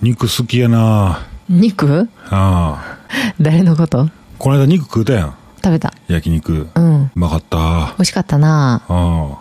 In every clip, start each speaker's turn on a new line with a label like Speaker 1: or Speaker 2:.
Speaker 1: 肉好きやな
Speaker 2: 肉
Speaker 1: ああ。
Speaker 2: 誰のこと
Speaker 1: この間肉食うたやん。
Speaker 2: 食べた。
Speaker 1: 焼肉。
Speaker 2: う。
Speaker 1: うんまかった。あ
Speaker 2: 美味しかったな
Speaker 1: あ。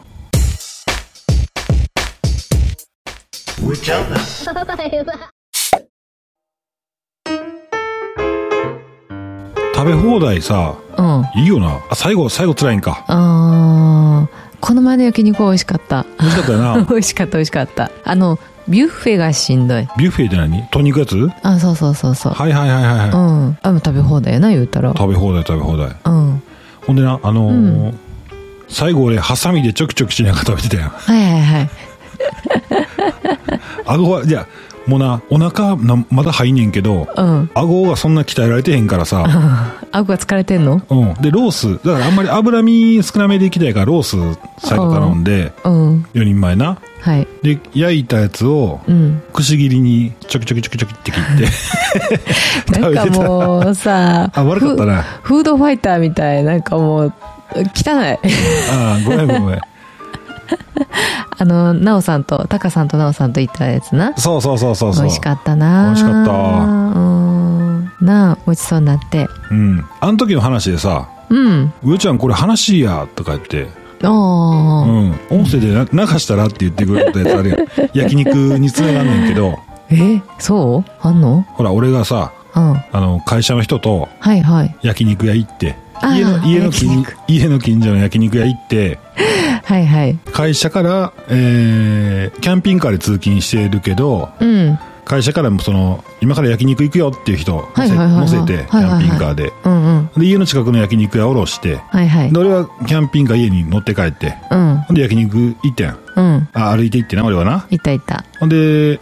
Speaker 1: 食べ放題さ、
Speaker 2: うん。
Speaker 1: いいよな。あ、最後、最後辛いんか。
Speaker 2: あーこの前の焼肉は美味しかった。
Speaker 1: 美味しかったよな。
Speaker 2: 美味しかった、美味しかった。あの、ビュッフェがしんどい。
Speaker 1: ビュッフェって何鶏肉やつは
Speaker 2: あ、そうそうそうそう。
Speaker 1: いはいはいはい。
Speaker 2: う
Speaker 1: はい
Speaker 2: ん。あ、もう食べ放題やな、言うたら。
Speaker 1: 食べ放題食べ放題。
Speaker 2: うん。
Speaker 1: ほんでな、あのー
Speaker 2: う
Speaker 1: 最後俺、ハサミでちょきちょきしながら食べてたやん。
Speaker 2: はいはいはい。
Speaker 1: 顎は、いや、もうな、お腹な、まだ入んねんけど、
Speaker 2: うん。
Speaker 1: 顎がそんな鍛えられてへんからさ、
Speaker 2: あごが疲れてんの
Speaker 1: うん。で、ロース、だからあんまり脂身少なめでいきたいから、ロース最後頼んで、
Speaker 2: うん。
Speaker 1: 4人前な。
Speaker 2: はい。
Speaker 1: で、焼いたやつを、
Speaker 2: うん。
Speaker 1: くし切りに、ちょきちょきちょきちょきって切って、、
Speaker 2: なんかもうさ
Speaker 1: あ悪かったな
Speaker 2: フフードファイターみたい。なんかもう、汚い。
Speaker 1: ああ、ごめんごめん。
Speaker 2: あの、なおさんと、たかさんとなおさんと行ったやつな。
Speaker 1: そうそうそうそうそう。
Speaker 2: 美味しかったな
Speaker 1: 美味しかった
Speaker 2: うん。なあ、ごちそうになって。
Speaker 1: うん。あの時の話でさ、
Speaker 2: うん。
Speaker 1: 上ちゃんこれ話や、とか言って、う
Speaker 2: おー。
Speaker 1: ん。音声でな流したらって言ってくれたやつあるやん。焼肉に繋がんねんけど、
Speaker 2: えそうあんの
Speaker 1: ほら、俺がさ、
Speaker 2: うん。
Speaker 1: あの、会社の人と
Speaker 2: はいはい。
Speaker 1: 焼肉屋行って、
Speaker 2: あー
Speaker 1: 家の、家の近
Speaker 2: 焼、
Speaker 1: 家の近所の焼肉屋行って、
Speaker 2: はいはい。
Speaker 1: 会社から、えー、キャンピングカーで通勤してるけど、
Speaker 2: うん。
Speaker 1: 会社からもその、今から焼肉行くよっていう人を乗
Speaker 2: はい
Speaker 1: せ,、
Speaker 2: はいはいはい
Speaker 1: て、キ
Speaker 2: はいはい
Speaker 1: ャ
Speaker 2: は
Speaker 1: ン
Speaker 2: い
Speaker 1: ピングカーで。
Speaker 2: うんうん。
Speaker 1: で、家の近くの焼肉屋を下ろして、
Speaker 2: はいはい
Speaker 1: で、。俺はキャンピングカー家に乗って帰って、
Speaker 2: うん。
Speaker 1: ほんで焼肉行ってん。
Speaker 2: うん。
Speaker 1: あ、歩いて行ってな、俺はな。
Speaker 2: いたいた。
Speaker 1: ほんで、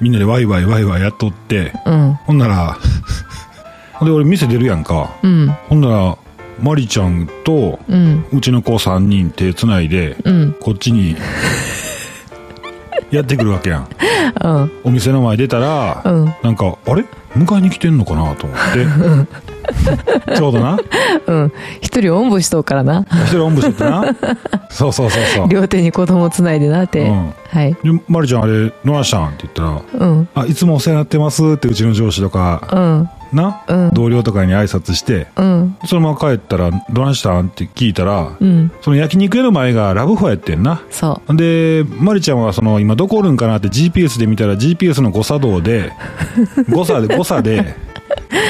Speaker 1: みんなでワイワイワイワイやっとって、
Speaker 2: うん。
Speaker 1: ほんなら、ほんで俺店出るやんか。
Speaker 2: うん。
Speaker 1: ほんなら、マリちゃんと、
Speaker 2: うん。
Speaker 1: うちの子3人手つないで、
Speaker 2: うん。
Speaker 1: こっちに、やってくるわけやん。
Speaker 2: うん。
Speaker 1: お店の前出たら、
Speaker 2: うん
Speaker 1: なんか、あれ迎えに来てんのかなと思 って。ちょうどな。
Speaker 2: うん。一人おんぶしとうからな。
Speaker 1: 一人おんぶしててな。そうそうそうそう。
Speaker 2: 両手に子供つないでなって。
Speaker 1: うん
Speaker 2: はい。
Speaker 1: で、まるちゃんあれ、どないしたんって言ったら、
Speaker 2: うん。
Speaker 1: あ、いつもお世話になってますってうちの上司とか、
Speaker 2: うん。
Speaker 1: な、
Speaker 2: うん
Speaker 1: 同僚とかに挨拶して、
Speaker 2: うん。
Speaker 1: そのまま帰ったら、どないしたんって聞いたら、
Speaker 2: うん。
Speaker 1: その焼肉屋の前がラブホやってんな。
Speaker 2: そ
Speaker 1: で、まりちゃんはその今どこおるんかなって GPS で見たら GPS の誤作動で、誤差で、誤差で、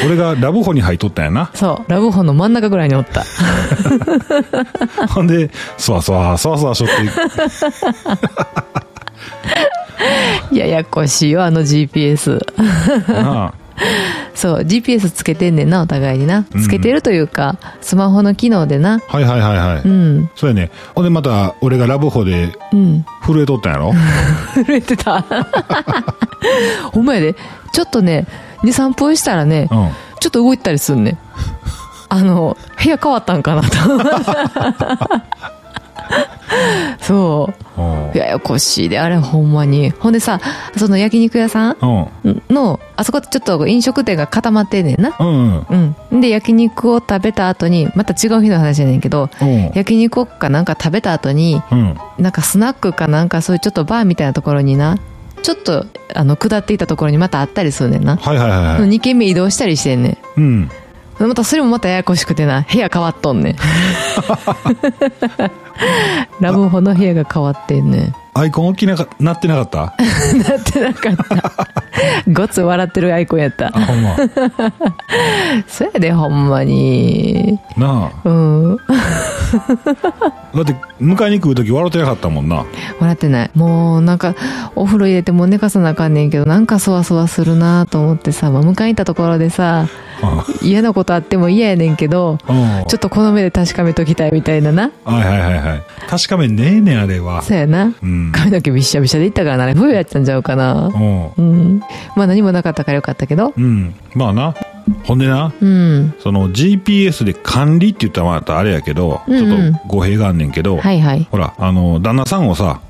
Speaker 1: 俺がラブホに入っとったんやな。
Speaker 2: う。そう。ラブホの真ん中ぐらいにお った。
Speaker 1: ほんで、そわそわ、そわそわしょって、
Speaker 2: ややこしいよ、あの GPS。
Speaker 1: なあ
Speaker 2: そう。GPS つけてんねんな、お互いにな。つけてるというか、スマホの機能でな。
Speaker 1: はいはいはいはい。
Speaker 2: うん。
Speaker 1: そうやね。ほんでまた、俺がラブホで
Speaker 2: うん。
Speaker 1: 震えとったんやろ
Speaker 2: 震えてた。ほんまやで。ちょっとね、2、3分したらね、
Speaker 1: うん。
Speaker 2: ちょっと動いたりすんね。あの、部屋変わったんかなと。そ
Speaker 1: うん
Speaker 2: う。ややこしいで、あれほんまに。ほんでさ、その焼肉屋さん
Speaker 1: うん。
Speaker 2: の、あそこってちょっと飲食店が固まってんねんな。
Speaker 1: うんうん。
Speaker 2: うん。で、焼肉を食べた後に、また違う日の話やねんけど、
Speaker 1: うん。
Speaker 2: 焼肉かなんか食べた後に、
Speaker 1: うん。
Speaker 2: なんかスナックかなんかそういうちょっとバーみたいなところにな、ちょっと、あの、下っていったところにまたあったりするねんな。
Speaker 1: はいはいはいはい。
Speaker 2: 2軒目移動したりしてんね
Speaker 1: う
Speaker 2: ん。
Speaker 1: ん。
Speaker 2: またそれもまたややこしくてな、部屋変わっとん ねん。ラブホの部屋が変わってんねん。
Speaker 1: アイコン大きなか、なってなかった
Speaker 2: なってなかった。ごつ笑ってるアイコンやった。
Speaker 1: あ、ほんま。
Speaker 2: そやで、ほんまに。
Speaker 1: なあ。
Speaker 2: うん。
Speaker 1: だって、迎えに来るとき笑ってなかったもんな。
Speaker 2: 笑ってない。もうなんか、お風呂入れてもう寝かさなあかんねんけど、なんかそわそわするなと思ってさ、まあ、迎えに行ったところでさ、嫌なことあっても嫌やねんけど、
Speaker 1: うん。うん
Speaker 2: ちょっとこの目で確かめときたいみたいなな。
Speaker 1: はいはいはいはい。確かめねえねん、あれは。
Speaker 2: そうやな。
Speaker 1: うん。
Speaker 2: 髪の毛びっしゃびしゃでいったからな、あれ、冬やったんちゃうかな。
Speaker 1: うん。
Speaker 2: うん。まあ何もなかったからよかったけど。
Speaker 1: うん。まあな。ほんでな、
Speaker 2: うん。
Speaker 1: その GPS で管理って言ったらまたあれやけど、
Speaker 2: うんうん
Speaker 1: ちょっと語弊があんねんけど、
Speaker 2: はいはい。
Speaker 1: ほら、あの、旦那さんをさ、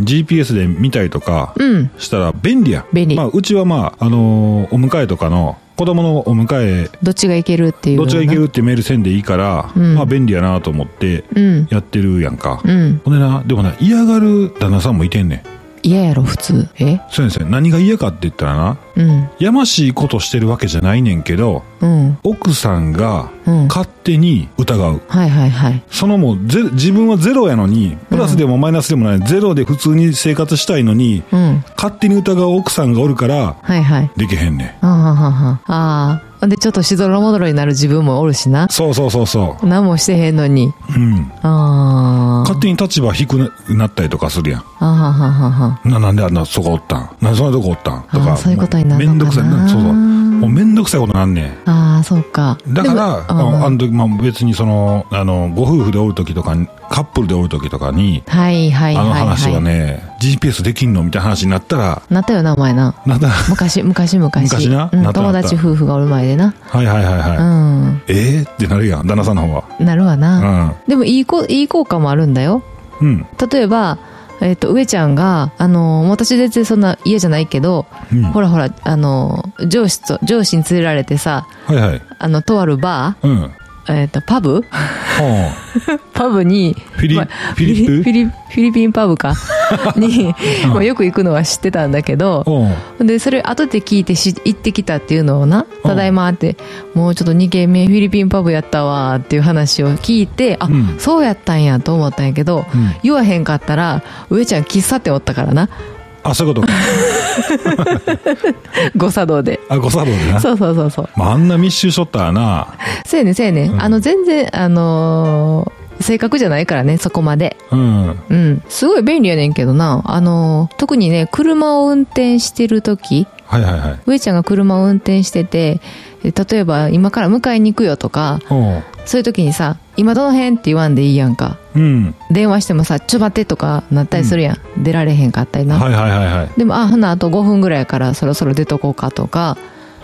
Speaker 1: GPS で見たりとか
Speaker 2: うん。
Speaker 1: したら便利やん。
Speaker 2: 便利
Speaker 1: まあ、うちはまあ、あのーお迎えとかの、子供のお迎え、
Speaker 2: どっちがいけるっていう。
Speaker 1: どっちがいけるっていうメールせんでいいから、
Speaker 2: うん
Speaker 1: まあ便利やなと思って
Speaker 2: うん。
Speaker 1: やってるやんか。
Speaker 2: うん。
Speaker 1: ほんでな、でもな、嫌がる旦那さんもいてんねん。
Speaker 2: 嫌やろ普通え
Speaker 1: そうですね何が嫌かって言ったらな
Speaker 2: うん
Speaker 1: やましいことしてるわけじゃないねんけど
Speaker 2: うん
Speaker 1: 奥さんが
Speaker 2: うん
Speaker 1: 勝手に疑う、
Speaker 2: はいはいはい
Speaker 1: そのもうゼ自分はゼロやのにプラスでもマイナスでもない、ゼロで普通に生活したいのに
Speaker 2: うん
Speaker 1: 勝手に疑う奥さんがおるから
Speaker 2: はいはい
Speaker 1: できへんねん
Speaker 2: あはははああでちょっとしどろもどろになる自分もおるしな
Speaker 1: そうそうそうそ
Speaker 2: 何もしてへんのに
Speaker 1: ううん
Speaker 2: あー
Speaker 1: 勝手に立場低くなったりとかするやん
Speaker 2: あはははは
Speaker 1: な、なんであんなそこおったんなんでそんなとこおったんと
Speaker 2: あー
Speaker 1: か。
Speaker 2: そういうことになる
Speaker 1: め
Speaker 2: のかな
Speaker 1: んどくさい。そうそう。もうめんどくさいことなんねん。
Speaker 2: ああそうか
Speaker 1: だから、
Speaker 2: で
Speaker 1: あ
Speaker 2: も
Speaker 1: の
Speaker 2: あ
Speaker 1: あ
Speaker 2: ー
Speaker 1: の時、まあ別にその、あの、ご夫婦でおるときとかに、カップルでおるときとかに、
Speaker 2: はいはい
Speaker 1: あ
Speaker 2: はい
Speaker 1: の
Speaker 2: はい
Speaker 1: 話はね、GPS できんのみたいな話になったら、
Speaker 2: なったよなお前な
Speaker 1: なんだ、
Speaker 2: 昔昔昔
Speaker 1: 昔な
Speaker 2: うん
Speaker 1: なったな
Speaker 2: 友
Speaker 1: った
Speaker 2: 達夫婦がおる前でな
Speaker 1: はいはいはいはい。
Speaker 2: うん
Speaker 1: えーってなるやん、旦那さんの方は。
Speaker 2: なるわな、
Speaker 1: う
Speaker 2: でもいいこいい効果もあるんだよ
Speaker 1: ん。うん。
Speaker 2: 例えばえっ、と上ちゃんがあのー私全然そんな家じゃないけど、
Speaker 1: うん
Speaker 2: ほらほらあのー上司と上司に連れられてさ
Speaker 1: はいはい。
Speaker 2: あのとあるバ
Speaker 1: うん。は
Speaker 2: ーえっ、と パブ
Speaker 1: あ。
Speaker 2: パブに
Speaker 1: フィリ
Speaker 2: まあ
Speaker 1: フィリップ
Speaker 2: フィリフィリピンパブ かに、まあ、よく行くのは知ってたんだけど、
Speaker 1: うん。
Speaker 2: でそれ後で聞いてし行ってきたっていうのをな「ただいま」って「もうちょっと2軒目フィリピンパブやったわ」っていう話を聞いてあ、
Speaker 1: うん
Speaker 2: そうやったんやと思ったんやけど、
Speaker 1: うん
Speaker 2: 言わへんかったら上ちゃん喫茶店おっ たからな
Speaker 1: あ、そういうことか。
Speaker 2: 誤作動で
Speaker 1: あ、誤作動でな。
Speaker 2: そうそうそうそう
Speaker 1: まああんな密集しとったらな。
Speaker 2: そうやねんそうやねん、
Speaker 1: うん
Speaker 2: あの全然あのー正確じゃないからねそこまで
Speaker 1: うん。
Speaker 2: うんすごい便利やねんけどなあのー特にね車を運転してる時
Speaker 1: はいはいはい。
Speaker 2: 上ちゃんが車を運転しててえ例えば今から迎えに行くよとか
Speaker 1: うん。
Speaker 2: そういう時にさ「今どの辺?」って言わんでいいやんか
Speaker 1: うん。
Speaker 2: 電話してもさ「ちょ待って」とかなったりするやん、出られへんかったりな、
Speaker 1: はいはいはいはい。
Speaker 2: でもあほなあと5分ぐらいやからそろそろ出とこうかとか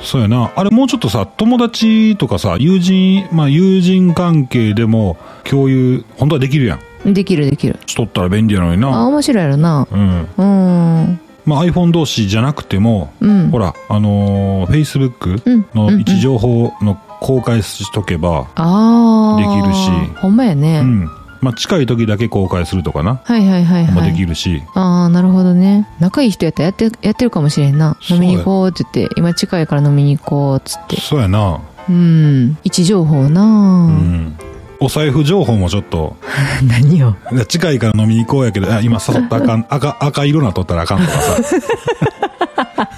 Speaker 1: そうやな。あれもうちょっとさ、友達とかさ、友人、まあ友人関係でも共有、本当はできるやん。
Speaker 2: できるできる
Speaker 1: しとったら便利やのに
Speaker 2: あ
Speaker 1: な。
Speaker 2: 面白いやろな
Speaker 1: うん。
Speaker 2: うーん
Speaker 1: まあ iPhone 同士じゃなくても、
Speaker 2: うん
Speaker 1: ほら、あのー Facebook
Speaker 2: うん
Speaker 1: の
Speaker 2: うん
Speaker 1: 位置情報の公開しとけば、
Speaker 2: ああ
Speaker 1: できるし
Speaker 2: ほんまやね、
Speaker 1: うん。まあ近い時だけ公開するとかな。
Speaker 2: はいはいはい
Speaker 1: まあ
Speaker 2: は
Speaker 1: でき
Speaker 2: い
Speaker 1: るし。
Speaker 2: ああなるほどね仲いい人やったらやってやってるかもしれんな
Speaker 1: そう
Speaker 2: 飲
Speaker 1: や
Speaker 2: みに行こうって言って今近いから飲みに行こうっつって
Speaker 1: そうやな。
Speaker 2: うん位置情報
Speaker 1: う
Speaker 2: な、
Speaker 1: ん。お財布情報もちょっと、
Speaker 2: あ 何よ
Speaker 1: いや近いから飲みに行こうやけど、あ今誘ったらあかん、赤、赤色なっとったらあかんとかさ。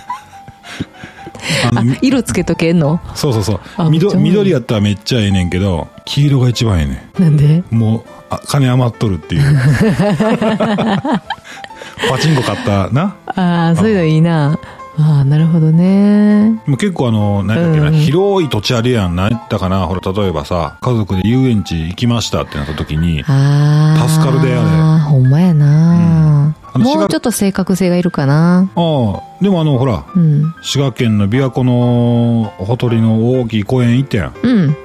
Speaker 1: あの
Speaker 2: あ色つけとけんの
Speaker 1: そうそうそう
Speaker 2: あめっち
Speaker 1: 緑。
Speaker 2: ゃ多い
Speaker 1: 緑やったらめっちゃええねんけど、黄色が一番ええね
Speaker 2: なんで
Speaker 1: ん。もう、あ金余っとるって いう。パチンコ買ったな。
Speaker 2: ああそういうのいいなああなるほどね
Speaker 1: もう結構あの、何だっけな、
Speaker 2: うん
Speaker 1: 広い土地あるやん。何やったかなほら、例えばさ、家族で遊園地行きましたってなった時に、
Speaker 2: ああ
Speaker 1: 助かるであれ
Speaker 2: ほんまやな、
Speaker 1: うんあの
Speaker 2: もうちょっと正確性がいるかな
Speaker 1: ああ、でもあの、ほら、
Speaker 2: うん
Speaker 1: 滋賀県の琵琶湖のほとりの大きい公園行ったやん。
Speaker 2: うん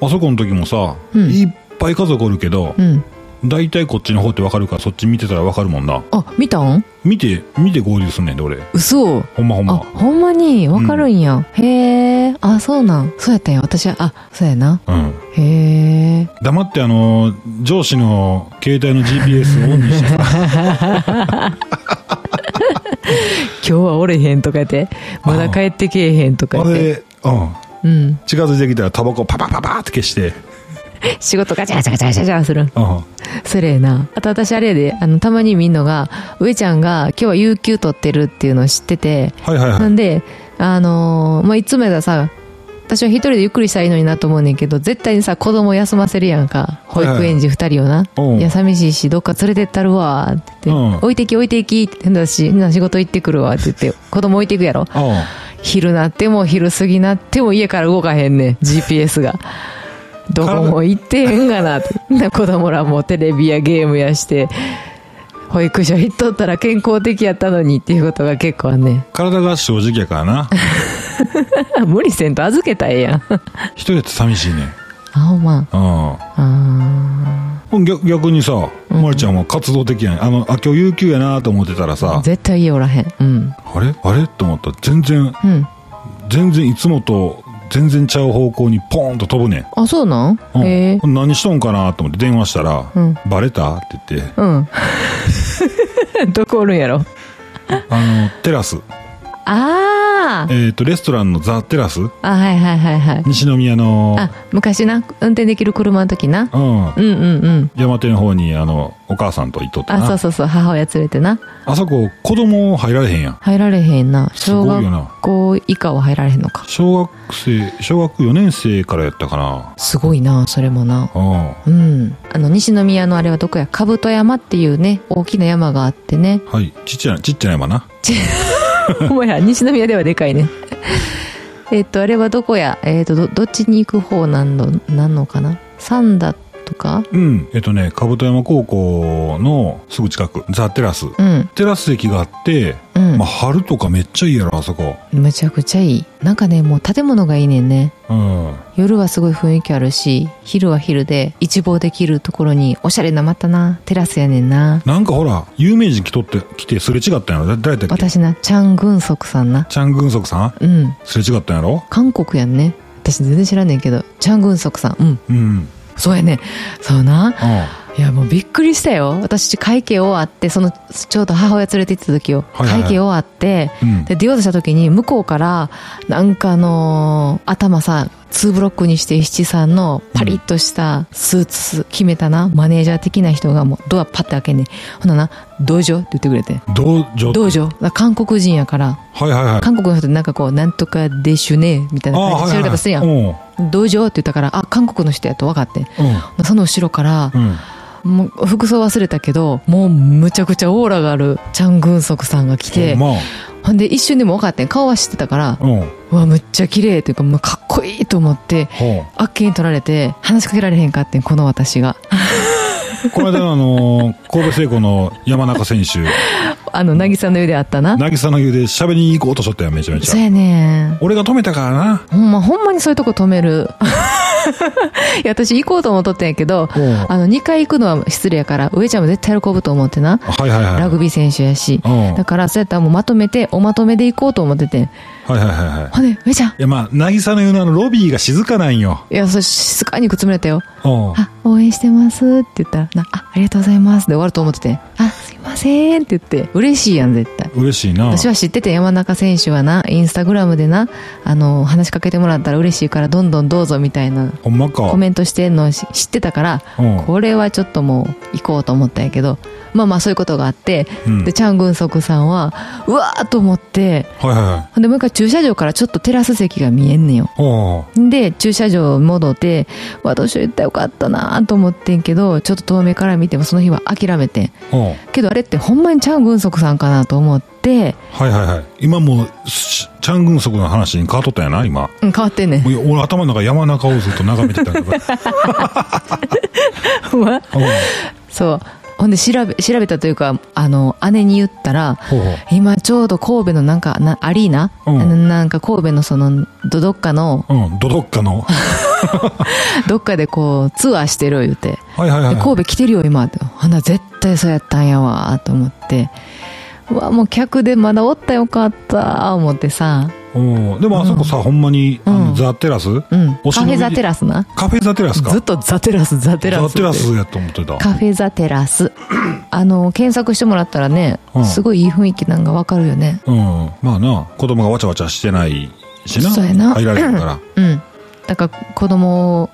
Speaker 1: あそこの時もさ、
Speaker 2: うん
Speaker 1: いっぱい家族おるけど
Speaker 2: う、ん
Speaker 1: 大体こっちの方ってわかるからそっち見てたらわかるもんな。
Speaker 2: あ見たん
Speaker 1: 見て、見て合流すんねんで俺。
Speaker 2: 嘘
Speaker 1: ほんまほん
Speaker 2: あ
Speaker 1: ま。
Speaker 2: ほんまにわかるんや、へえあそうなんそうやったんや私はあそうやな
Speaker 1: うん。
Speaker 2: へえ
Speaker 1: 黙ってあのー、上司の携帯の GPS をオンにしてさ、
Speaker 2: 今日はおれへんとかやってまだ帰ってけえへんと
Speaker 1: あ
Speaker 2: かやって
Speaker 1: れ、うん。
Speaker 2: うん
Speaker 1: 近づいてきたらタバコパパパパーって消して、
Speaker 2: 仕事ガチャガチャガチャガチャガチャする
Speaker 1: うん。
Speaker 2: それやなあと私あれやであのたまに見んのが上ちゃんが今日は有給取ってるっていうのを知ってて
Speaker 1: はいはい
Speaker 2: な
Speaker 1: はい。
Speaker 2: んであのーまあ、いつもやったらさ私は一人でゆっくりしたらいいのになと思うねんけど絶対にさ子供休ませるやんか保
Speaker 1: はいはい
Speaker 2: 育園児二人をな、い
Speaker 1: うん
Speaker 2: や寂しいしどっか連れてったるわーって言って、
Speaker 1: うん
Speaker 2: 置いてき置いてきって変だし変な仕事行ってくるわって言って子供置いていくやろ
Speaker 1: う
Speaker 2: 昼なっても昼過ぎなっても家から動かへんねん GPS がどこも行ってへんがなってな子供らもテレビやゲームやして保育所行っとったら健康的やったのにっていうことが結構あんねん
Speaker 1: ん。体が正直やからな。
Speaker 2: 無理せんと預けたらええやん
Speaker 1: 一人やと寂しいね。
Speaker 2: あほんま
Speaker 1: うん。
Speaker 2: あ
Speaker 1: 逆逆にさ、まるちゃんは活動的やねん。あの、あ、今日有給やなと思ってたら
Speaker 2: ー
Speaker 1: さ、
Speaker 2: 絶対家おらへんうん
Speaker 1: あれあれと思ったら全然、
Speaker 2: うん
Speaker 1: 全然いつもと全然ちゃう方向にポーンと飛ぶねん。
Speaker 2: あそうなん
Speaker 1: うん
Speaker 2: へえ
Speaker 1: 何しとんかなと思って電話したら、
Speaker 2: うん
Speaker 1: バレたって言って、
Speaker 2: うんどこおるんやろ
Speaker 1: あの、テラス。
Speaker 2: あー
Speaker 1: えっ、と、レストランのザ・テラス
Speaker 2: あはいはいはいはい
Speaker 1: 西宮の、
Speaker 2: あ昔な運転できる車の時な
Speaker 1: うん
Speaker 2: う。んうんうん
Speaker 1: 山手の方に、あの、お母さんと行っとったな。
Speaker 2: あそうそうそう母親連れてな
Speaker 1: あそこ、子供入られへんやん。
Speaker 2: 入られへんな
Speaker 1: す
Speaker 2: 小
Speaker 1: ごいよな
Speaker 2: 学校以下は入られへんのか
Speaker 1: 小学生、小学4年生からやったかな。
Speaker 2: すごいなそれもな
Speaker 1: うん。
Speaker 2: うんあの西宮のあれはどこや兜山っていうね大きな山があっ てね
Speaker 1: はい。ちっちゃな、ちっちゃな山な。
Speaker 2: お前ら西宮ではでか いねえっとあれはどこやえっとどどっちに行く方なんのなんのかな三田とか
Speaker 1: うん。えっとね、兜山高校のすぐ近く、ザ・テラス。
Speaker 2: うん
Speaker 1: テラス席があって、
Speaker 2: うん
Speaker 1: まあ、春とかめっちゃいいやろ、あそこ。
Speaker 2: むちゃくちゃいいなんかねもう建物がいいねんね
Speaker 1: うん。
Speaker 2: 夜はすごい雰囲気あるし昼は昼で一望できるところにおしゃれなまたなテラスやねんな
Speaker 1: なんかほら、有名人来とって、来てすれ違ったんやろだ誰だっけ
Speaker 2: 私なチャン・グンソクさんな
Speaker 1: チャン・グンソクさん
Speaker 2: うん
Speaker 1: すれ違ったんやろ
Speaker 2: 韓国やんね私全然知らんねんけどチャン・グンソクさんうん
Speaker 1: うん。うん。
Speaker 2: そうやねそうな
Speaker 1: はい
Speaker 2: やもうびっくりしたよ私会計終わってそのちょうど母親連れて行った時よ、
Speaker 1: はいはいはい
Speaker 2: 会計終わって
Speaker 1: うん
Speaker 2: で出ようとした時に向こうからなんかあのー頭さ2ブロックにして七三のパリッとしたスーツ決めたなマネージャー的な人がもうドアパッて開けんねんほなな「どうぞ」って言ってくれて
Speaker 1: ん。道
Speaker 2: 「
Speaker 1: 場。
Speaker 2: どうぞ」だから韓国人やから
Speaker 1: はいはいはい。
Speaker 2: 韓国の人ってなんかこう「なんとかでしゅね」みたいな
Speaker 1: あ
Speaker 2: 感
Speaker 1: あー、
Speaker 2: じ
Speaker 1: はい
Speaker 2: で調べ
Speaker 1: はい
Speaker 2: 方するや
Speaker 1: うんん。
Speaker 2: 「どうぞ」って言ったからあ韓国の人やと分かってその後ろから
Speaker 1: う、ん。うん。
Speaker 2: もう服装忘れたけどもうむちゃくちゃオーラがあるチャン・グンソクさんが来て
Speaker 1: ほんま
Speaker 2: ほんで一瞬でも分かってん顔は知ってたから
Speaker 1: うん。ほ
Speaker 2: うわむっちゃ綺麗というかもうかっこいいと思って
Speaker 1: う。
Speaker 2: あっけに取られて話しかけられへんかってんこの私が
Speaker 1: この間のあのー、神戸聖子の山中選手、
Speaker 2: あの渚の湯であったな
Speaker 1: 渚の湯で喋りに行こうとしとったやん、めちゃめち
Speaker 2: そ
Speaker 1: ゃ
Speaker 2: う。やねん
Speaker 1: 俺が止めたからな。
Speaker 2: ほんまほんまにそういうとこ止める いや私行こうと思っとったんやけど
Speaker 1: うん
Speaker 2: あの2回行くのは失礼やから上ちゃんも絶対喜ぶと思ってな
Speaker 1: はいはいはい。
Speaker 2: ラグビー選手やし
Speaker 1: うん。はい
Speaker 2: だからそうやったらもうまとめておまとめで行こうと思っててん
Speaker 1: はいはいはい。
Speaker 2: ほんで上ちゃん
Speaker 1: いやまあ、渚の湯のあのロビーが静かなんよ。
Speaker 2: いや、それ静かにくつむれたよ。
Speaker 1: うん。
Speaker 2: あ、応援してますって言ったら、な、あ、ありがとうございますで終わると思ってて、あ、すいませんって言って、嬉しいやん、絶対。
Speaker 1: 嬉しいな。
Speaker 2: 私は知ってて山中選手はな、インスタグラムでな、あの、話しかけてもらったら嬉しいからどんどんどうぞみたいな
Speaker 1: ほんまか。
Speaker 2: コメントしてんのし知ってたから、
Speaker 1: うん。
Speaker 2: これはちょっともう行こうと思ったんやけど、まあまあそういうことがあって、
Speaker 1: うん
Speaker 2: で、チャン・グンソクさんは、うわーと思って、
Speaker 1: はいはいはい。
Speaker 2: ほんでもう一回駐車場からちょっとテラス席が見えんねんよ。
Speaker 1: おう
Speaker 2: で、駐車場戻って、うわ、どうしよう言ったらよかったなと思ってんけど、ちょっと遠目から見てもその日は諦めてん。
Speaker 1: おう
Speaker 2: けどあれってほんまにチャン・グンソクさんかなと思って、
Speaker 1: はいはいはい。今もう、しチャン・グンソクの話に変わっとったんやな、今。
Speaker 2: うん、変わってんねん
Speaker 1: も。う俺頭の中山中をずっと眺めてたけど。 うん
Speaker 2: ほんまそう。ほんで調べ、調べたというか、あの、姉に言ったら、
Speaker 1: ほうほう。
Speaker 2: 今ちょうど神戸のなんか、なアリーナ、
Speaker 1: うん
Speaker 2: ななんか神戸のその、ど、どっかの、
Speaker 1: うん、ドドッカの。は
Speaker 2: どっかでこう、ツアーしてる言うて。
Speaker 1: いはいはい。
Speaker 2: で神戸来てるよ今ってほな絶対そうやったんやわと思ってうわもう客でまだおったよかった思ってさ
Speaker 1: うんでもあそこさ、ほんまに、あ
Speaker 2: う
Speaker 1: の
Speaker 2: ん
Speaker 1: ザ・テラス
Speaker 2: うん
Speaker 1: お
Speaker 2: カ
Speaker 1: 忍
Speaker 2: フ
Speaker 1: び
Speaker 2: ェザテラスな
Speaker 1: カフェザ・テラスか。
Speaker 2: ずっとザテラスザテラス
Speaker 1: ザ・
Speaker 2: って
Speaker 1: テラスやと思ってた。
Speaker 2: カフェザテ ラスあの検索してもらったらね、
Speaker 1: うん
Speaker 2: すごいいい雰囲気なんかわかるよね
Speaker 1: うん。まあな、子供がわちゃわちゃしてないしな。
Speaker 2: そうやな
Speaker 1: 入られるから。
Speaker 2: うんだから子供を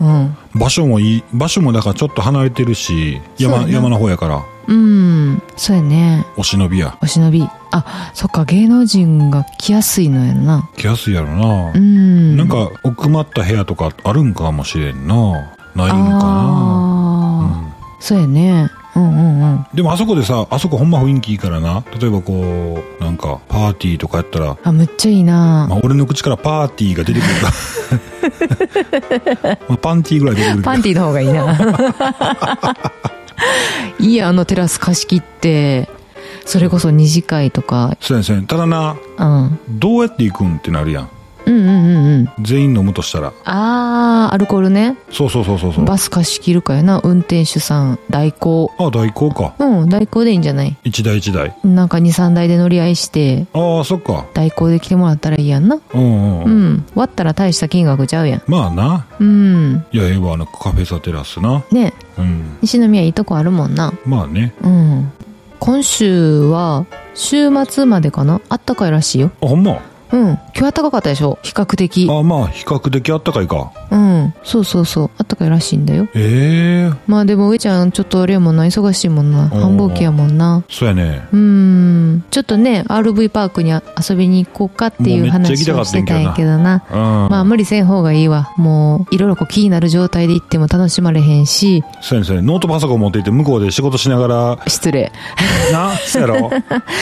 Speaker 2: うん
Speaker 1: 場所もいい、場所もだからちょっと離れてるし、
Speaker 2: そう
Speaker 1: 山、
Speaker 2: やな
Speaker 1: 山の方やから、
Speaker 2: うんそうやね
Speaker 1: お忍びや。
Speaker 2: お忍びあそっか芸能人が来やすいのやんな
Speaker 1: 来やすいやろな
Speaker 2: う。ん
Speaker 1: なんか、奥まった部屋とかあるんかもしれんな。ないんかな。
Speaker 2: ああ、そうやねうんうんうん
Speaker 1: でもあそこでさ、あそこほんま雰囲気いいからな。例えばこう、なんか、パーティーとかやったら、
Speaker 2: あむっちゃいいな、
Speaker 1: まあ、俺の口からパーティーが出てくる から。まあ、パンティーぐらい出てくるけど
Speaker 2: パンティーの方がいいな いいやあのテラス貸し切ってそれこそ二次会とか、
Speaker 1: そうやねそうやねただな、
Speaker 2: うん、うん
Speaker 1: どうやって行くんってなるやん。
Speaker 2: うんうんうん
Speaker 1: 全員飲むとしたら。
Speaker 2: あーアルコールね
Speaker 1: そうそうそうそうそう。
Speaker 2: バス貸し切るかやな運転手さん代行
Speaker 1: あ、代行か。
Speaker 2: うん代行でいいんじゃない
Speaker 1: 一台一台。
Speaker 2: なんか23台で乗り合いして
Speaker 1: ああ、そっか。
Speaker 2: 代行で来てもらったらいいやんな
Speaker 1: うんうん。
Speaker 2: う
Speaker 1: うん、
Speaker 2: ん割ったら大した金額ちゃうやん
Speaker 1: まあな。
Speaker 2: うん
Speaker 1: いや、ええわ、あの、カフェザテラスな。
Speaker 2: ね
Speaker 1: うん。
Speaker 2: 西宮いいとこあるもんな
Speaker 1: まあね。
Speaker 2: うん。今週は週末までかなあったかいらしいよ
Speaker 1: あほんま
Speaker 2: うん今日あったかかったでしょ比較的
Speaker 1: あまあ比較的あったかいか
Speaker 2: うんそうそうそうあったかいらしいんだよ
Speaker 1: ええ
Speaker 2: まあでも上ちゃんちょっとあれやもんな忙しいもん
Speaker 1: お
Speaker 2: な
Speaker 1: ー
Speaker 2: 繁忙期やもんな
Speaker 1: そうやね
Speaker 2: うーんちょっとね RV パークに遊びに行こうかっていう
Speaker 1: もうめっちゃ行きた
Speaker 2: 話
Speaker 1: か
Speaker 2: を
Speaker 1: っ
Speaker 2: した
Speaker 1: ん
Speaker 2: て
Speaker 1: やけ
Speaker 2: た
Speaker 1: どなん
Speaker 2: やけどな
Speaker 1: うん
Speaker 2: まあ無理せん方がいいわもういろいろこう気になる状態で行っても楽しまれへんし
Speaker 1: そうやねそうやねノートパソコン持っていって向こうで仕事しなが ら
Speaker 2: 失礼
Speaker 1: なそうやろ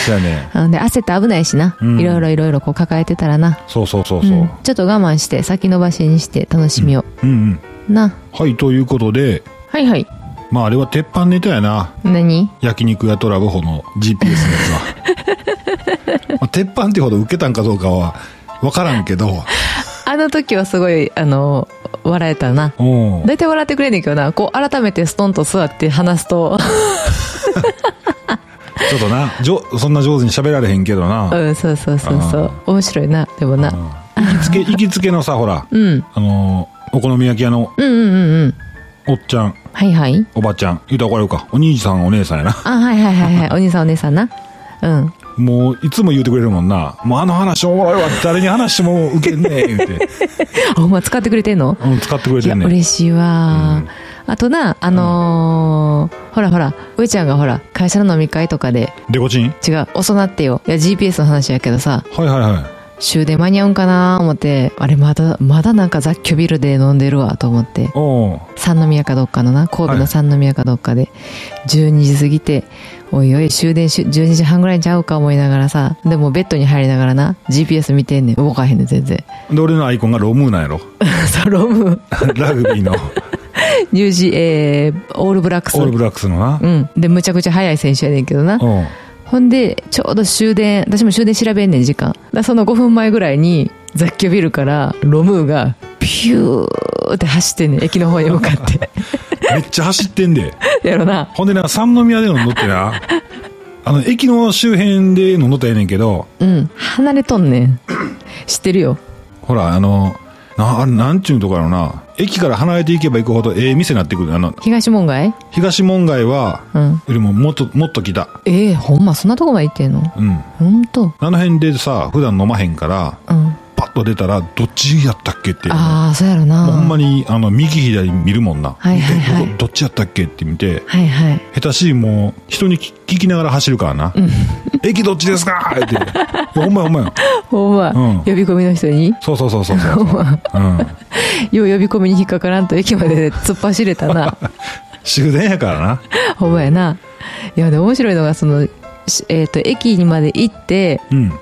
Speaker 1: そうやね
Speaker 2: あので焦って危ないしな、
Speaker 1: うん
Speaker 2: いろいろいろいろこう抱えてたらな
Speaker 1: そうそうそうそう、
Speaker 2: うんちょっと我慢して先延ばしにして楽しみを、
Speaker 1: うんうん
Speaker 2: な
Speaker 1: はいということで
Speaker 2: はいはい
Speaker 1: まああれは鉄板ネタやな
Speaker 2: 何
Speaker 1: 焼肉屋とラブホの GPS のやつ は、まあ、鉄板っていうほど受けたんかどうかは分からんけど
Speaker 2: あの時はすごいあの笑えたな
Speaker 1: うん
Speaker 2: 大体笑ってくれんねんけどなこう改めてストンと座って話すと
Speaker 1: ちょっとなじょそんな上手に喋られへんけどな、
Speaker 2: うんそうそうそうそう面白いなでもな
Speaker 1: うん行きつけ行きつけのさほら
Speaker 2: うんうん
Speaker 1: あのーお好み焼き屋の
Speaker 2: うんうんうん
Speaker 1: おっちゃん
Speaker 2: はいはい
Speaker 1: おばちゃん言うたら怒られるかお兄さんお姉さんやな
Speaker 2: あはいはい はいはいお兄さんお姉さんなうん
Speaker 1: もういつも言うてくれるもんなもうあの話おもろいわ誰に話しても受けんねえ言うて、
Speaker 2: あほんま使ってくれてんの
Speaker 1: うん、使ってくれ
Speaker 2: い
Speaker 1: て
Speaker 2: や
Speaker 1: んねん
Speaker 2: 嬉しいわ、あとなあのーほらほら上ちゃんがほら会社の飲み会とかで
Speaker 1: でこちんは
Speaker 2: 違う遅なってよいや GPS の話やけどさ
Speaker 1: いはいはい
Speaker 2: 終電間に合うんかな思ってあれまだまだなんか雑居ビルで飲んでるわと思って
Speaker 1: おう
Speaker 2: 三宮かどっかのな神戸
Speaker 1: は
Speaker 2: の
Speaker 1: い
Speaker 2: 三宮かどっかで、12時過ぎておいおい終電し12時半ぐらいにちゃうか思いながらさでもベッドに入りながらな GPS 見てんねん動かへんねん全然
Speaker 1: で俺のアイコンがロムーなんやろ
Speaker 2: サロム
Speaker 1: ラグビーの
Speaker 2: ニュージー、えーオールブラックス
Speaker 1: オールブラックスのな
Speaker 2: うんでむちゃくちゃ速い選手やねんけどな
Speaker 1: うん
Speaker 2: ほんでちょうど終電私も終電調べんねん時間だからその5分前ぐらいに雑居ビルからロムーがピューって走ってんねん駅の方へ向かって
Speaker 1: めっちゃ走ってんで
Speaker 2: やろな
Speaker 1: ほんでな三宮で飲んどってなあの駅の周辺で飲んどったらええねんけど
Speaker 2: うん離れとんねん 知ってるよ
Speaker 1: ほらあのなあれなんちゅうとこやろな駅から離れていけば行くほどええ店になってくるあの
Speaker 2: 東門外
Speaker 1: 東門外は、
Speaker 2: うん
Speaker 1: よりももっともっと来た
Speaker 2: ええほんまそんなとこまで行ってんの
Speaker 1: うん
Speaker 2: ほんと
Speaker 1: あの辺でさ普段飲まへんから
Speaker 2: うん
Speaker 1: パッと出たらどっちやったっけっていう
Speaker 2: ああそうやろな
Speaker 1: ほんまにあの右左見るもんな、
Speaker 2: はいはいはい
Speaker 1: でどこどっちやったっけって見て
Speaker 2: はいはい
Speaker 1: 下手しいもう人に聞聞きながら走るからな「駅どっちですか?」っていやほんまやほんまや
Speaker 2: ほんま、
Speaker 1: うん
Speaker 2: 呼び込みの人に
Speaker 1: そうそうそうそうそうそう、うん、
Speaker 2: よう呼び込みに引っかからんと駅まで突っ走れたな
Speaker 1: 終電やからな
Speaker 2: ほんまやないやで面白いのがそのしえっ、と駅にまで行って
Speaker 1: うん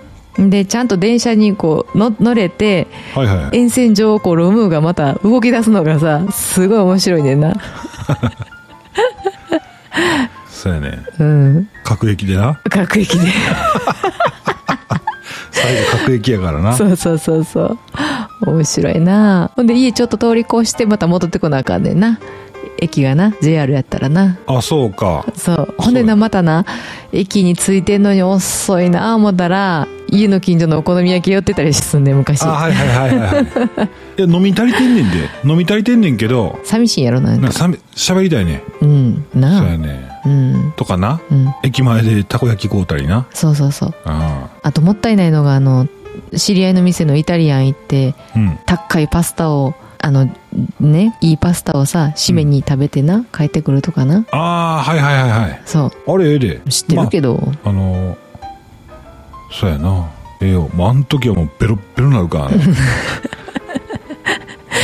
Speaker 2: でちゃんと電車にこうの乗れて
Speaker 1: はいはい
Speaker 2: 沿線上をこうロムーがまた動き出すのがさすごい面白いねんな
Speaker 1: そうやね
Speaker 2: うん
Speaker 1: 各駅でな
Speaker 2: 各駅で
Speaker 1: 最後各駅やからな
Speaker 2: そうそうそうそう面白いなほんで家ちょっと通り越してまた戻ってこなあかんねんな駅がな JR やったらな
Speaker 1: あそうか
Speaker 2: そうほんで
Speaker 1: そう
Speaker 2: な
Speaker 1: や
Speaker 2: またな駅に着いてんのに遅いな思ったら家の近所のお好み焼き屋寄ってたりすんねん昔
Speaker 1: あはいはいはいはいはいい や飲み足りてんねんで飲み足りてんねんけど
Speaker 2: 寂しいんやろなん
Speaker 1: な
Speaker 2: か
Speaker 1: んかさみ喋りたいね
Speaker 2: うん
Speaker 1: そう
Speaker 2: な
Speaker 1: や
Speaker 2: あ
Speaker 1: ね
Speaker 2: うん
Speaker 1: とかな
Speaker 2: うん
Speaker 1: 駅前でたこ焼き買うたりな
Speaker 2: そうそうそう
Speaker 1: あ
Speaker 2: あともったいないのがあの知り合いの店のイタリアン行って
Speaker 1: あうん
Speaker 2: 高いパスタをあのねいいパスタをさ締めに食べてな帰ってくるとかな
Speaker 1: ああはいはいはいはい
Speaker 2: そ
Speaker 1: あれええで
Speaker 2: う知ってるけど、
Speaker 1: まああのーそうやなええよまああん時はもうベロッベロなる からね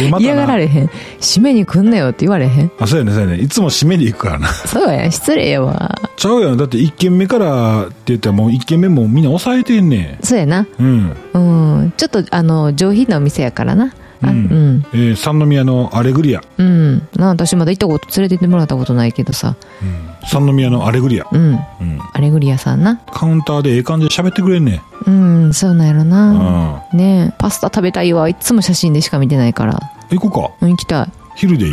Speaker 1: でまたな
Speaker 2: 嫌がられへん締めに来んなよって言われへん
Speaker 1: あそうやねそうやねいつも締めに行くからな
Speaker 2: そうや失礼やわ
Speaker 1: ちゃうやんだって1軒目からって言ったらもう1軒目もみんな抑えてんね
Speaker 2: そうやなん
Speaker 1: うん
Speaker 2: うんちょっとあの上品なお店やからなあ
Speaker 1: う
Speaker 2: うんん
Speaker 1: えー三宮のアレグリア、
Speaker 2: うん、な私まだ行ったこと連れて行ってもらったことないけどさ
Speaker 1: うん、三宮のアレグリア、
Speaker 2: うん
Speaker 1: うん、
Speaker 2: アレグリアさんな
Speaker 1: カウンターでええ感じで喋ってくれんね
Speaker 2: うんそうなんやろ
Speaker 1: ん、うん、
Speaker 2: なねえパスタ食べたいわいつも写真でしか見てないから
Speaker 1: 行こう
Speaker 2: うん行きたい
Speaker 1: か昼 でいい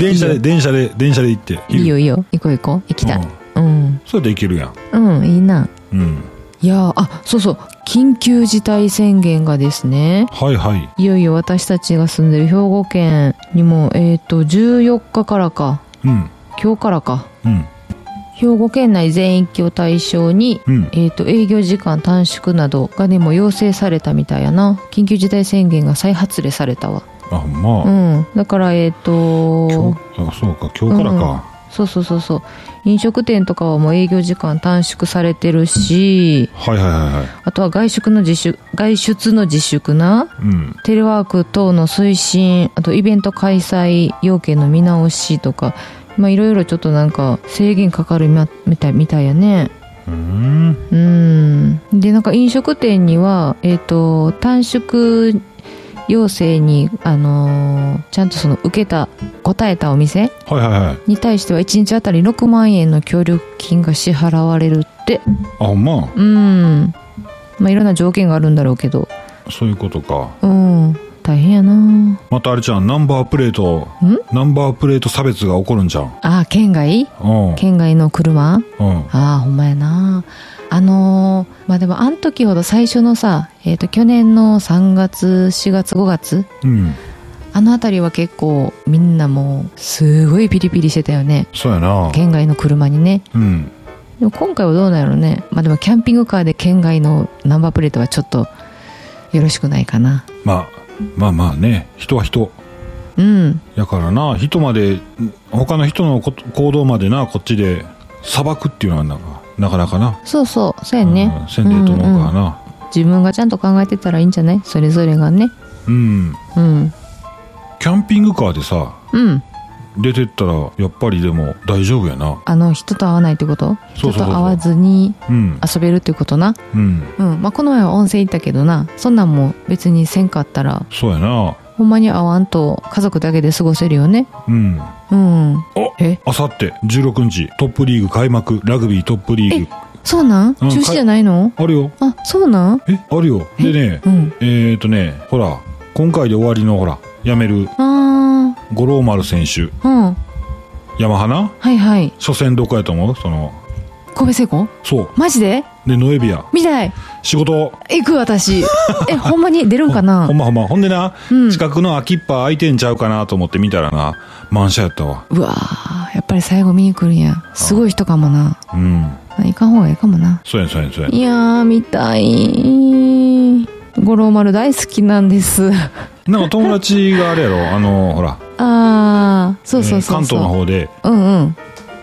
Speaker 1: 電車
Speaker 2: いい
Speaker 1: で電車で電車で行って
Speaker 2: いい
Speaker 1: よ
Speaker 2: よいいよ行こう行こう行きたいうん
Speaker 1: そうやって行けるやん
Speaker 2: うんいいな
Speaker 1: うん
Speaker 2: いやーあそうそう緊急事態宣言がですね
Speaker 1: はいはい
Speaker 2: いよいよ私たちが住んでる兵庫県にもえっ、と14日からか
Speaker 1: うん
Speaker 2: 今日からか
Speaker 1: うん
Speaker 2: 兵庫県内全域を対象に、
Speaker 1: うん
Speaker 2: えっと営業時間短縮などがでも要請されたみたいやな緊急事態宣言が再発令されたわ
Speaker 1: あほんま、
Speaker 2: うんだからえっ、と
Speaker 1: 今日あそうか今日からか、
Speaker 2: そうそうそうそう飲食店とかはもう営業時間短縮されてるし、
Speaker 1: はいはいはいはい
Speaker 2: あとは外食の自粛外出の自粛な
Speaker 1: うん
Speaker 2: テレワーク等の推進あとイベント開催要件の見直しとかまあいろいろちょっとなんか制限かかるみみたいみたいやね
Speaker 1: うーん
Speaker 2: うんでなんか飲食店にはえっ、と短縮要請にあのーちゃんとその受けた答えたお店
Speaker 1: はいはいはい
Speaker 2: に対しては1日あたり6万円の協力金が支払われるって
Speaker 1: あほんま
Speaker 2: うんまあいろんな条件があるんだろうけど
Speaker 1: そういうことか
Speaker 2: うん大変やな
Speaker 1: またあれじゃんナンバープレート
Speaker 2: ん
Speaker 1: ナンバープレート差別が起こるんじゃん
Speaker 2: ああ県外
Speaker 1: うん
Speaker 2: 県外の車
Speaker 1: うん
Speaker 2: ああほんまやなあのーまあでもあん時ほど最初のさ、えっと去年の3月4月5月
Speaker 1: うん
Speaker 2: あの辺りは結構みんなもうすごいピリピリしてたよね
Speaker 1: そうやな
Speaker 2: 県外の車にね
Speaker 1: うん
Speaker 2: でも今回はどうなんやろうねまあでもキャンピングカーで県外のナンバープレートはちょっとよろしくないかな
Speaker 1: まあまあまあね人は人
Speaker 2: うん
Speaker 1: やからな人までん他の人のこと行動までなこっちで裁くっていうのはなんかなかなかな、
Speaker 2: そうそうそうやね
Speaker 1: うん、せんでええと思うから
Speaker 2: んん
Speaker 1: な
Speaker 2: 自分がちゃんと考えてたらいいんじゃないそれぞれがね
Speaker 1: うん、
Speaker 2: うん
Speaker 1: キャンピングカーでさ
Speaker 2: うん
Speaker 1: 出てったらやっぱりでも大丈夫やな
Speaker 2: あの人と会わないってこと
Speaker 1: そうそうそうそう
Speaker 2: 人と会わずに
Speaker 1: うん
Speaker 2: 遊べるってことな
Speaker 1: うん
Speaker 2: うんまあこの前は温泉行ったけどなそんなんも別にせんかったら
Speaker 1: そうやな
Speaker 2: ほんまに会わんと家族だけで過ごせるよね
Speaker 1: うん
Speaker 2: うん
Speaker 1: お
Speaker 2: え
Speaker 1: あさって16日トップリーグ開幕ラグビートップリーグ
Speaker 2: そうなん中
Speaker 1: うん
Speaker 2: 止じゃないの
Speaker 1: あるよ
Speaker 2: あそうなん
Speaker 1: えあるよでね
Speaker 2: うん
Speaker 1: えっ、ー、とねほら今回で終わりのほら辞める
Speaker 2: あ
Speaker 1: 五郎丸選手
Speaker 2: あうん
Speaker 1: 山花
Speaker 2: はいはい
Speaker 1: 初戦どこやと思うその
Speaker 2: 神戸成功
Speaker 1: そう
Speaker 2: マジで
Speaker 1: でノエビア
Speaker 2: 見たい
Speaker 1: 仕事
Speaker 2: 行 く私えほんまに出るんか
Speaker 1: ほ
Speaker 2: なん
Speaker 1: まほんまほんでな、
Speaker 2: うん
Speaker 1: 近くの空きっぱ空いてんちゃうかなと思って見たらな満車やったわ
Speaker 2: うわーやっぱり最後見に来るんやすごい人かもな
Speaker 1: うん
Speaker 2: 行かん方がいいかもな
Speaker 1: そうやねそうやねそうやね
Speaker 2: いやー見たい五郎丸大好きなんです
Speaker 1: なんか友達があれやろあのほら
Speaker 2: あーそうそうそう
Speaker 1: えー関東
Speaker 2: そう、
Speaker 1: の方で
Speaker 2: うんうん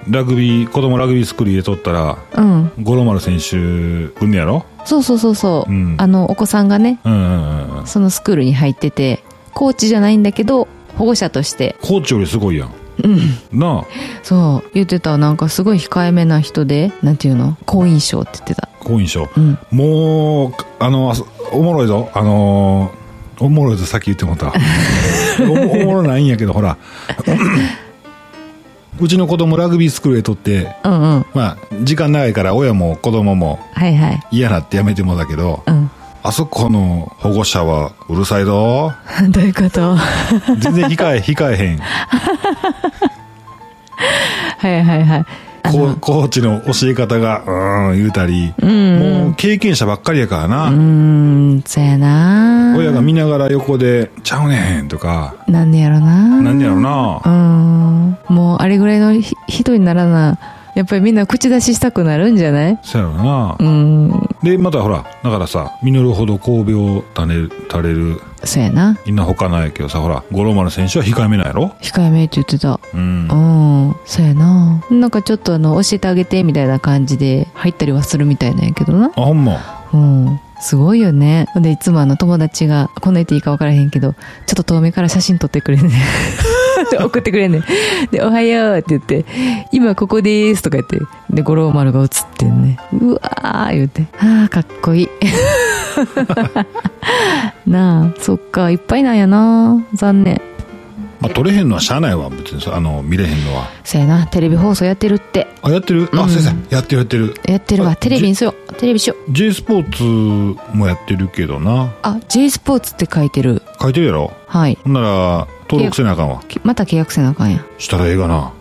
Speaker 1: ラグビー子供ラグビースクール入れとったら
Speaker 2: うん
Speaker 1: 五郎丸選手組やろ
Speaker 2: そうそうそうそう、
Speaker 1: うん
Speaker 2: あのお子さんがね
Speaker 1: うんうんうんうん
Speaker 2: そのスクールに入っててコーチじゃないんだけど保護者として
Speaker 1: コーチよりすごいやんなあ
Speaker 2: そう言ってたなんかすごい控えめな人でなんていうの好印象って言ってた
Speaker 1: 好印象
Speaker 2: うん
Speaker 1: もうあのあそおもろいぞあのーおもろいぞさっき言ってもうた おもおもろないんやけどほら うちの子供ラグビースクールへとって
Speaker 2: うんうん
Speaker 1: まあ時間長いから親も子供も
Speaker 2: はいはい
Speaker 1: 嫌なってやめてもだけど
Speaker 2: う
Speaker 1: あそこの保護者はうるさいぞ
Speaker 2: ん どういうこと
Speaker 1: 全然控え 控えへん
Speaker 2: はいはいはい。あ
Speaker 1: コ
Speaker 2: の
Speaker 1: ーコーチの教え方がうーん言うたり、
Speaker 2: うん。
Speaker 1: もう経験者ばっかりやから
Speaker 2: う
Speaker 1: な、
Speaker 2: ーん、そやな
Speaker 1: 親が見ながら横で「ちゃうねん」とか
Speaker 2: なんでやろな
Speaker 1: なんやろな
Speaker 2: うーん。もう、あれぐらいのひ人にならな、やっぱりみんな口出ししたくなるんじゃない
Speaker 1: そうやろな
Speaker 2: うーん、
Speaker 1: でまたほらだからさ実るほど神戸を垂れる垂れる
Speaker 2: そやな。
Speaker 1: いんなほかないけどさほら五郎丸選手は控えめなんやろ
Speaker 2: 控えめって言ってた。
Speaker 1: うん
Speaker 2: うん、そやななんかちょっとあの、教えてあげてみたいな感じで入ったりはするみたいなんやけどな。
Speaker 1: あほんま
Speaker 2: うん。すごいよね。ほんで、いつもあの友達が、この言っていいか分からへんけど、ちょっと遠目から写真撮ってくれんねん。 で送ってくれんねん。で、おはようって言って、今ここでーすとか言って、で、五郎丸が写ってんね。うわー言うて、あーかっこい い。なあ、そっか、いっぱいなんやな残念。
Speaker 1: まあ取れへんのはしゃあないわ別にさあの見れへんのは
Speaker 2: そやな、テレビ放送やってるって。
Speaker 1: あやってるあ、
Speaker 2: うん
Speaker 1: 先生やってるやってる
Speaker 2: やってるわ。
Speaker 1: あ
Speaker 2: テレビにしよう。テレビしよう。
Speaker 1: J スポーツもやってるけどな
Speaker 2: あ、J スポーツって書いてる。
Speaker 1: 書いてるやろ
Speaker 2: はい。
Speaker 1: ほんなら登録せなあかんわ
Speaker 2: きまた契約せなあかんやん。
Speaker 1: したらええがな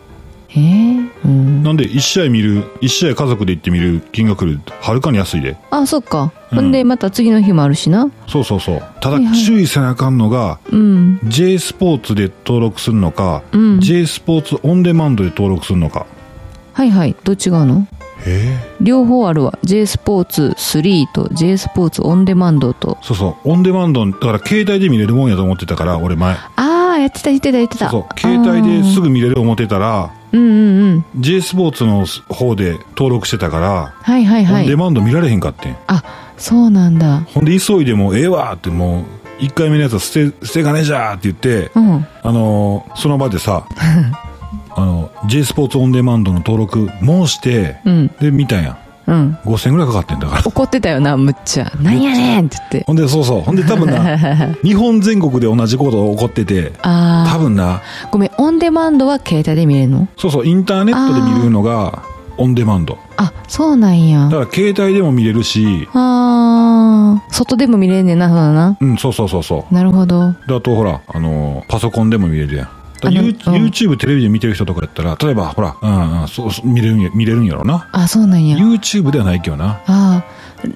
Speaker 2: えー、うん。
Speaker 1: なんで1試合見る1試合家族で行って見る金額よりはるかに安いで
Speaker 2: あそっか、
Speaker 1: うん
Speaker 2: ほんでまた次の日もあるしな
Speaker 1: そうそうそうただ
Speaker 2: はいはい
Speaker 1: 注意せなあかんのが
Speaker 2: うん
Speaker 1: J スポーツで登録するのか、
Speaker 2: うん
Speaker 1: J スポーツオンデマンドで登録するのか
Speaker 2: はいはいどう違うの
Speaker 1: え
Speaker 2: 両方あるわ J スポーツ3と J スポーツオンデマンドと
Speaker 1: そうそうオンデマンドだから携帯で見れるもんやと思ってたから俺前
Speaker 2: ああやってたやってたやってた
Speaker 1: そう携帯ですぐ見れる思ってたら
Speaker 2: うんうんうん
Speaker 1: J スポーツの方で登録してたから、
Speaker 2: はいはいは
Speaker 1: オンデ
Speaker 2: い
Speaker 1: マンド見られへんかってん
Speaker 2: あそうなんだ
Speaker 1: ほんで急いでもうええわってもう1回目のやつは捨て捨て金じゃーって言って、
Speaker 2: うん
Speaker 1: あのーその場で さあの J スポーツオンデマンドの登録もして、
Speaker 2: うん
Speaker 1: で見たんや
Speaker 2: うん
Speaker 1: 5000ぐらいかかってんだから
Speaker 2: 怒ってたよなむっちゃなんやねんって言って
Speaker 1: ほんでそうそうほんで多分 な日本全国で同じことが起こってて多
Speaker 2: あ
Speaker 1: 分な
Speaker 2: あごめんオンデマンドは携帯で見れるの
Speaker 1: そうそうインターネットで見るのがオンデマンド
Speaker 2: あそうなんや
Speaker 1: だから携帯でも見れるし
Speaker 2: あー外でも見れんねんなそうだな
Speaker 1: うんそうそうそうそ
Speaker 2: なるほど
Speaker 1: うであとほらあのーパソコンでも見れるやんだから
Speaker 2: あの
Speaker 1: You-
Speaker 2: うん
Speaker 1: YouTube テレビで見てる人とかやったら例えばほらうんうんそうそう見れるんや見れるんやろな
Speaker 2: あそうなんや
Speaker 1: YouTube ではないけどな
Speaker 2: ああ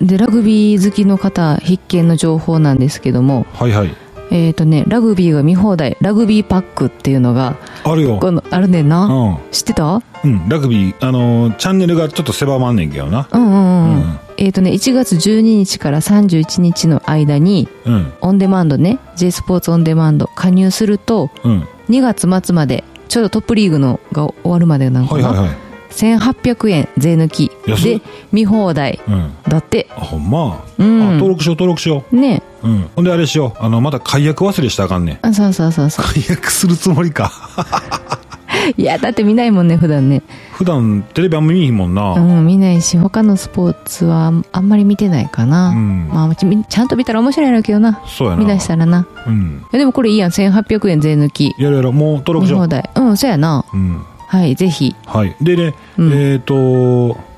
Speaker 2: でラグビー好きの方必見の情報なんですけども
Speaker 1: はいはい
Speaker 2: えっ、とねラグビーが見放題ラグビーパックっていうのが
Speaker 1: あるよ
Speaker 2: このあるねんな、
Speaker 1: うん
Speaker 2: 知ってた
Speaker 1: うん、ラグビー、あのーチャンネルがちょっと狭まんねんけどな。
Speaker 2: うんうんうん、
Speaker 1: うん
Speaker 2: えっ、とね1月12日から31日の間に
Speaker 1: うん、
Speaker 2: オンデマンドね J スポーツオンデマンド加入すると
Speaker 1: うん。
Speaker 2: 2月末までちょうどトップリーグのが終わるまでなんか
Speaker 1: はい
Speaker 2: な、
Speaker 1: はいはい。
Speaker 2: 1800円税抜き
Speaker 1: 安い
Speaker 2: で見放題
Speaker 1: うん。
Speaker 2: だって
Speaker 1: あ、ほんま。
Speaker 2: うん
Speaker 1: あ、登録しよう、登録しよ
Speaker 2: ね
Speaker 1: う。うん。ほんで、あれしよう。あの、まだ解約忘れしたらあかんねん。
Speaker 2: あそうそうそ うそう
Speaker 1: 解約するつもりか。
Speaker 2: いやだって見ないもんね普段ね
Speaker 1: 普段、テレビあんま見えへんもん
Speaker 2: う
Speaker 1: な。
Speaker 2: ん見ないし他のスポーツはあんあんまり見てないかな、
Speaker 1: うん
Speaker 2: まあ、ちちゃんと見たら面白いやろうけどな
Speaker 1: そうやな。
Speaker 2: 見出したらな
Speaker 1: うん。
Speaker 2: いやでもこれいいやん1800円税抜き
Speaker 1: やるやろ、もう登録
Speaker 2: 見
Speaker 1: しよ
Speaker 2: 放題うんそうやな
Speaker 1: う。うん。
Speaker 2: はいぜひ
Speaker 1: はい。でね、
Speaker 2: うん
Speaker 1: えっ、と、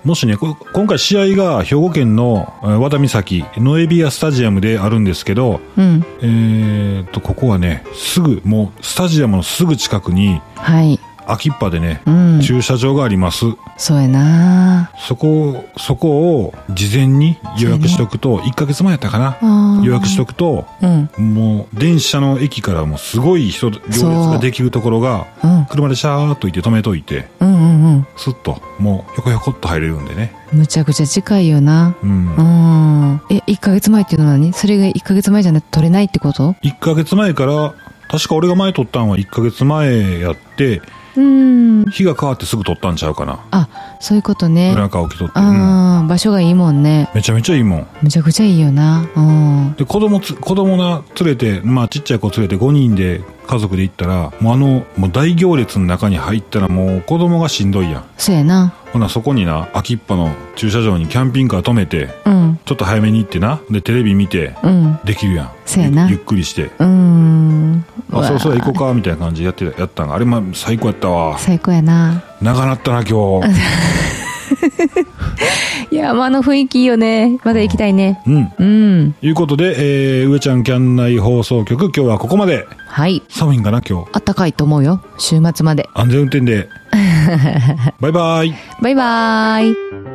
Speaker 1: もしね、こ今回試合が兵庫県のえー和田岬、ノエビアスタジアムであるんですけど、
Speaker 2: うん
Speaker 1: えー、と、ここはね、すぐ、もう、スタジアムのすぐ近くに、
Speaker 2: はい
Speaker 1: 秋っぱでね
Speaker 2: う、ん
Speaker 1: 駐車場があります。
Speaker 2: そうやな
Speaker 1: そこ、そこを事前に予約しとくと、1ヶ月前やったかな。
Speaker 2: あー
Speaker 1: 予約しとくと、
Speaker 2: うん
Speaker 1: もう、電車の駅からもうすごい人、行列
Speaker 2: そ
Speaker 1: が
Speaker 2: う
Speaker 1: できるところが、
Speaker 2: うん
Speaker 1: 車でシャーっと行って止めといて、
Speaker 2: うんうんうん
Speaker 1: スッと、もう、ひょこひょこっと入れるんでね。
Speaker 2: むちゃくちゃ近いよな
Speaker 1: うん
Speaker 2: う。んえ1ヶ月前っていうのは何それが1ヶ月前じゃなくて取れないってこと
Speaker 1: 1ヶ月前から、確か俺が前撮ったんは1ヶ月前やって、
Speaker 2: うん
Speaker 1: 日が変わってすぐ撮ったんちゃうかな。
Speaker 2: あそういうことね
Speaker 1: 裏側を着とって。うん
Speaker 2: ああ場所がいいもんね
Speaker 1: めちゃめちゃいいもん。
Speaker 2: むちゃくちゃいいよなうん
Speaker 1: で、子供つ、子供な、連れて、まあちっちゃい子連れて5人で家族で行ったら、もうあの、もう大行列の中に入ったらもう子供がしんどいやん。
Speaker 2: そうやな
Speaker 1: ほな、そこにな、秋っぱの駐車場にキャンピングカー止めて、
Speaker 2: うん
Speaker 1: ちょっと早めに行ってな、で、テレビ見て、
Speaker 2: うん
Speaker 1: できるやん。
Speaker 2: そうやな
Speaker 1: ゆゆっくりして。
Speaker 2: うん
Speaker 1: あ、そろそろ行こう
Speaker 2: か
Speaker 1: か、みたいな感じでやってた、やったんが。あれ、まあ最高やったわ。
Speaker 2: 最高やな
Speaker 1: 長なったな、今 日。
Speaker 2: いや山の雰囲気いいよねまだ行きたいね
Speaker 1: うん。
Speaker 2: うん
Speaker 1: いうことで、えー、上ちゃんキャン内放送局、今日はここまで。
Speaker 2: はい
Speaker 1: 寒いんかな、今日。
Speaker 2: あったかいと思うよ週末まで
Speaker 1: 安全運転で。バイバイ。
Speaker 2: バイバーイ